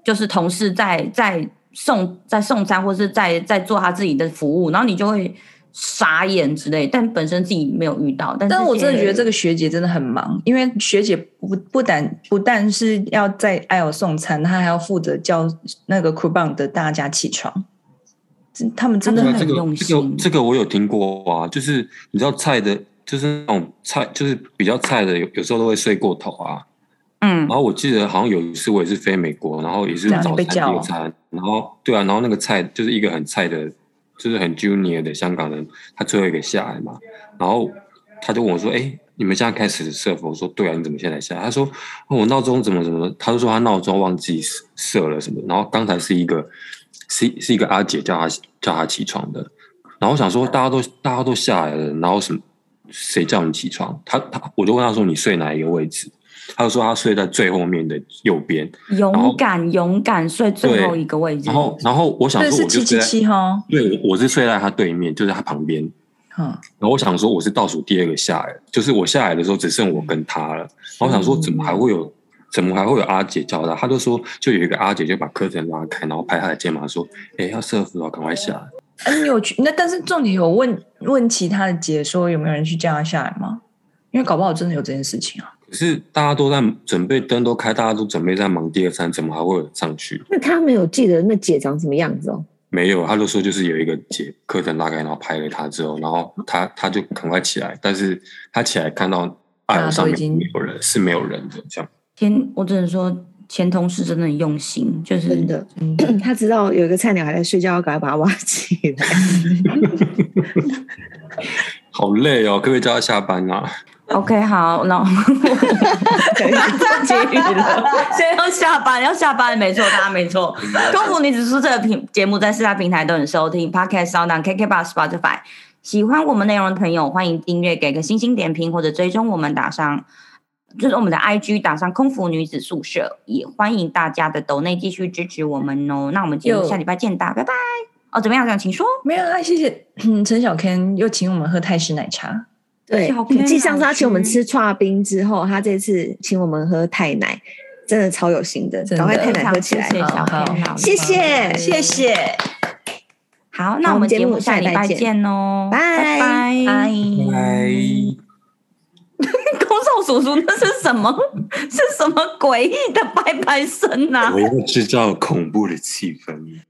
就是同事在在送在送餐或是在在做他自己的服务，然后你就会傻眼之类，但本身自己没有遇到，但但我真的觉得这这个学姐真的很忙，因为学姐不不但不但是要在爱尔送餐，她还要负责叫那个 crew bunk 的大家起床，真他们真的那对很啊，这用个这心个这个我有听过啊，就是你知道菜的，就是那种菜，就是比较菜的，有有时候都会睡过头啊。嗯然后我记得好像有一次我也是飞美国，然后也是对啊你早被餐叫就餐，然后对啊，然后那个菜就是一个很菜的，就是很 junior 的香港人，他最后一个下来嘛，然后他就问我说：“哎、你们现在开始 serve？” 我说：“对啊，你怎么现在下来？”他说：“哦我闹钟怎么怎么？”他就说他闹钟忘记设了什么，然后刚才是一个是是一个阿姐叫他叫他起床的，然后我想说大家都大家都下来了，然后什么谁叫你起床？他他我就问他说：“你睡哪一个位置？”他就说他睡在最后面的右边，勇敢勇敢睡最后一个位置。然后然后我想对，说嗯是我就七七睡在，七哈，对，我是睡在他对面，就在他旁边。嗯，然后我想说我是倒数第二个下来，就是我下来的时候只剩我跟他了。然后我想说怎么还会嗯有，怎么还会有阿姐叫他？他就说就有一个阿姐就把柯震拉开，然后拍他的肩膀说：“哎，要射服了，赶快下来。啊你有去那？但是重点有问问其他的姐说有没有人去叫他下来吗？因为搞不好真的有这件事情啊。”可是大家都在准备灯都开，大家都准备在忙第二餐，怎么还会有人上去？那他没有记得那姐长什么样子哦？没有，他就说就是有一个姐柯震拉开，然后拍了他之后，然后他他就赶快起来，但是他起来看到艾尔上大家都已面经没有人，是没有人的这样。天，我只能说前同事真的很用心，就是真的，嗯， [CLEARS THROAT] 他知道有一个菜鸟还在睡觉，要赶快把它挖起来。好累哦，可不可以叫他下班啊？ [LAUGHS] OK 好，那我可以结语了，现在要下班，要下班，没错，大家没错。空服女子宿舍的平节目在四大平台都能收听，Podcast、Sound、KK Bus、Spotify。喜欢我们内容的朋友，欢迎订阅，给个星星点评或者追踪我们，打上就是我们的 IG，打上空服女子宿舍。也欢迎大家的抖内继续支持我们哦。那我们节目有下礼拜见，大家拜拜。哦，怎么样？想请说。没有啊，谢谢 [CLEARS THROAT] 嗯陈小 Ken 又请我们喝泰式奶茶， [LAUGHS] 对小，天继上次老他请我们师吃串冰之后，他这次请我们喝太奶，真的超有心的，真的赶快非太奶常喝起谢来谢。小好天老师，谢谢谢。谢，好，那我好我们们节节目目下下礼礼拜拜见见哦，拜拜拜拜。 [LAUGHS] 拜。空少叔叔，那是什么？ [LAUGHS] 是什么诡异的拜拜声呐、啊我要制造恐怖的气氛。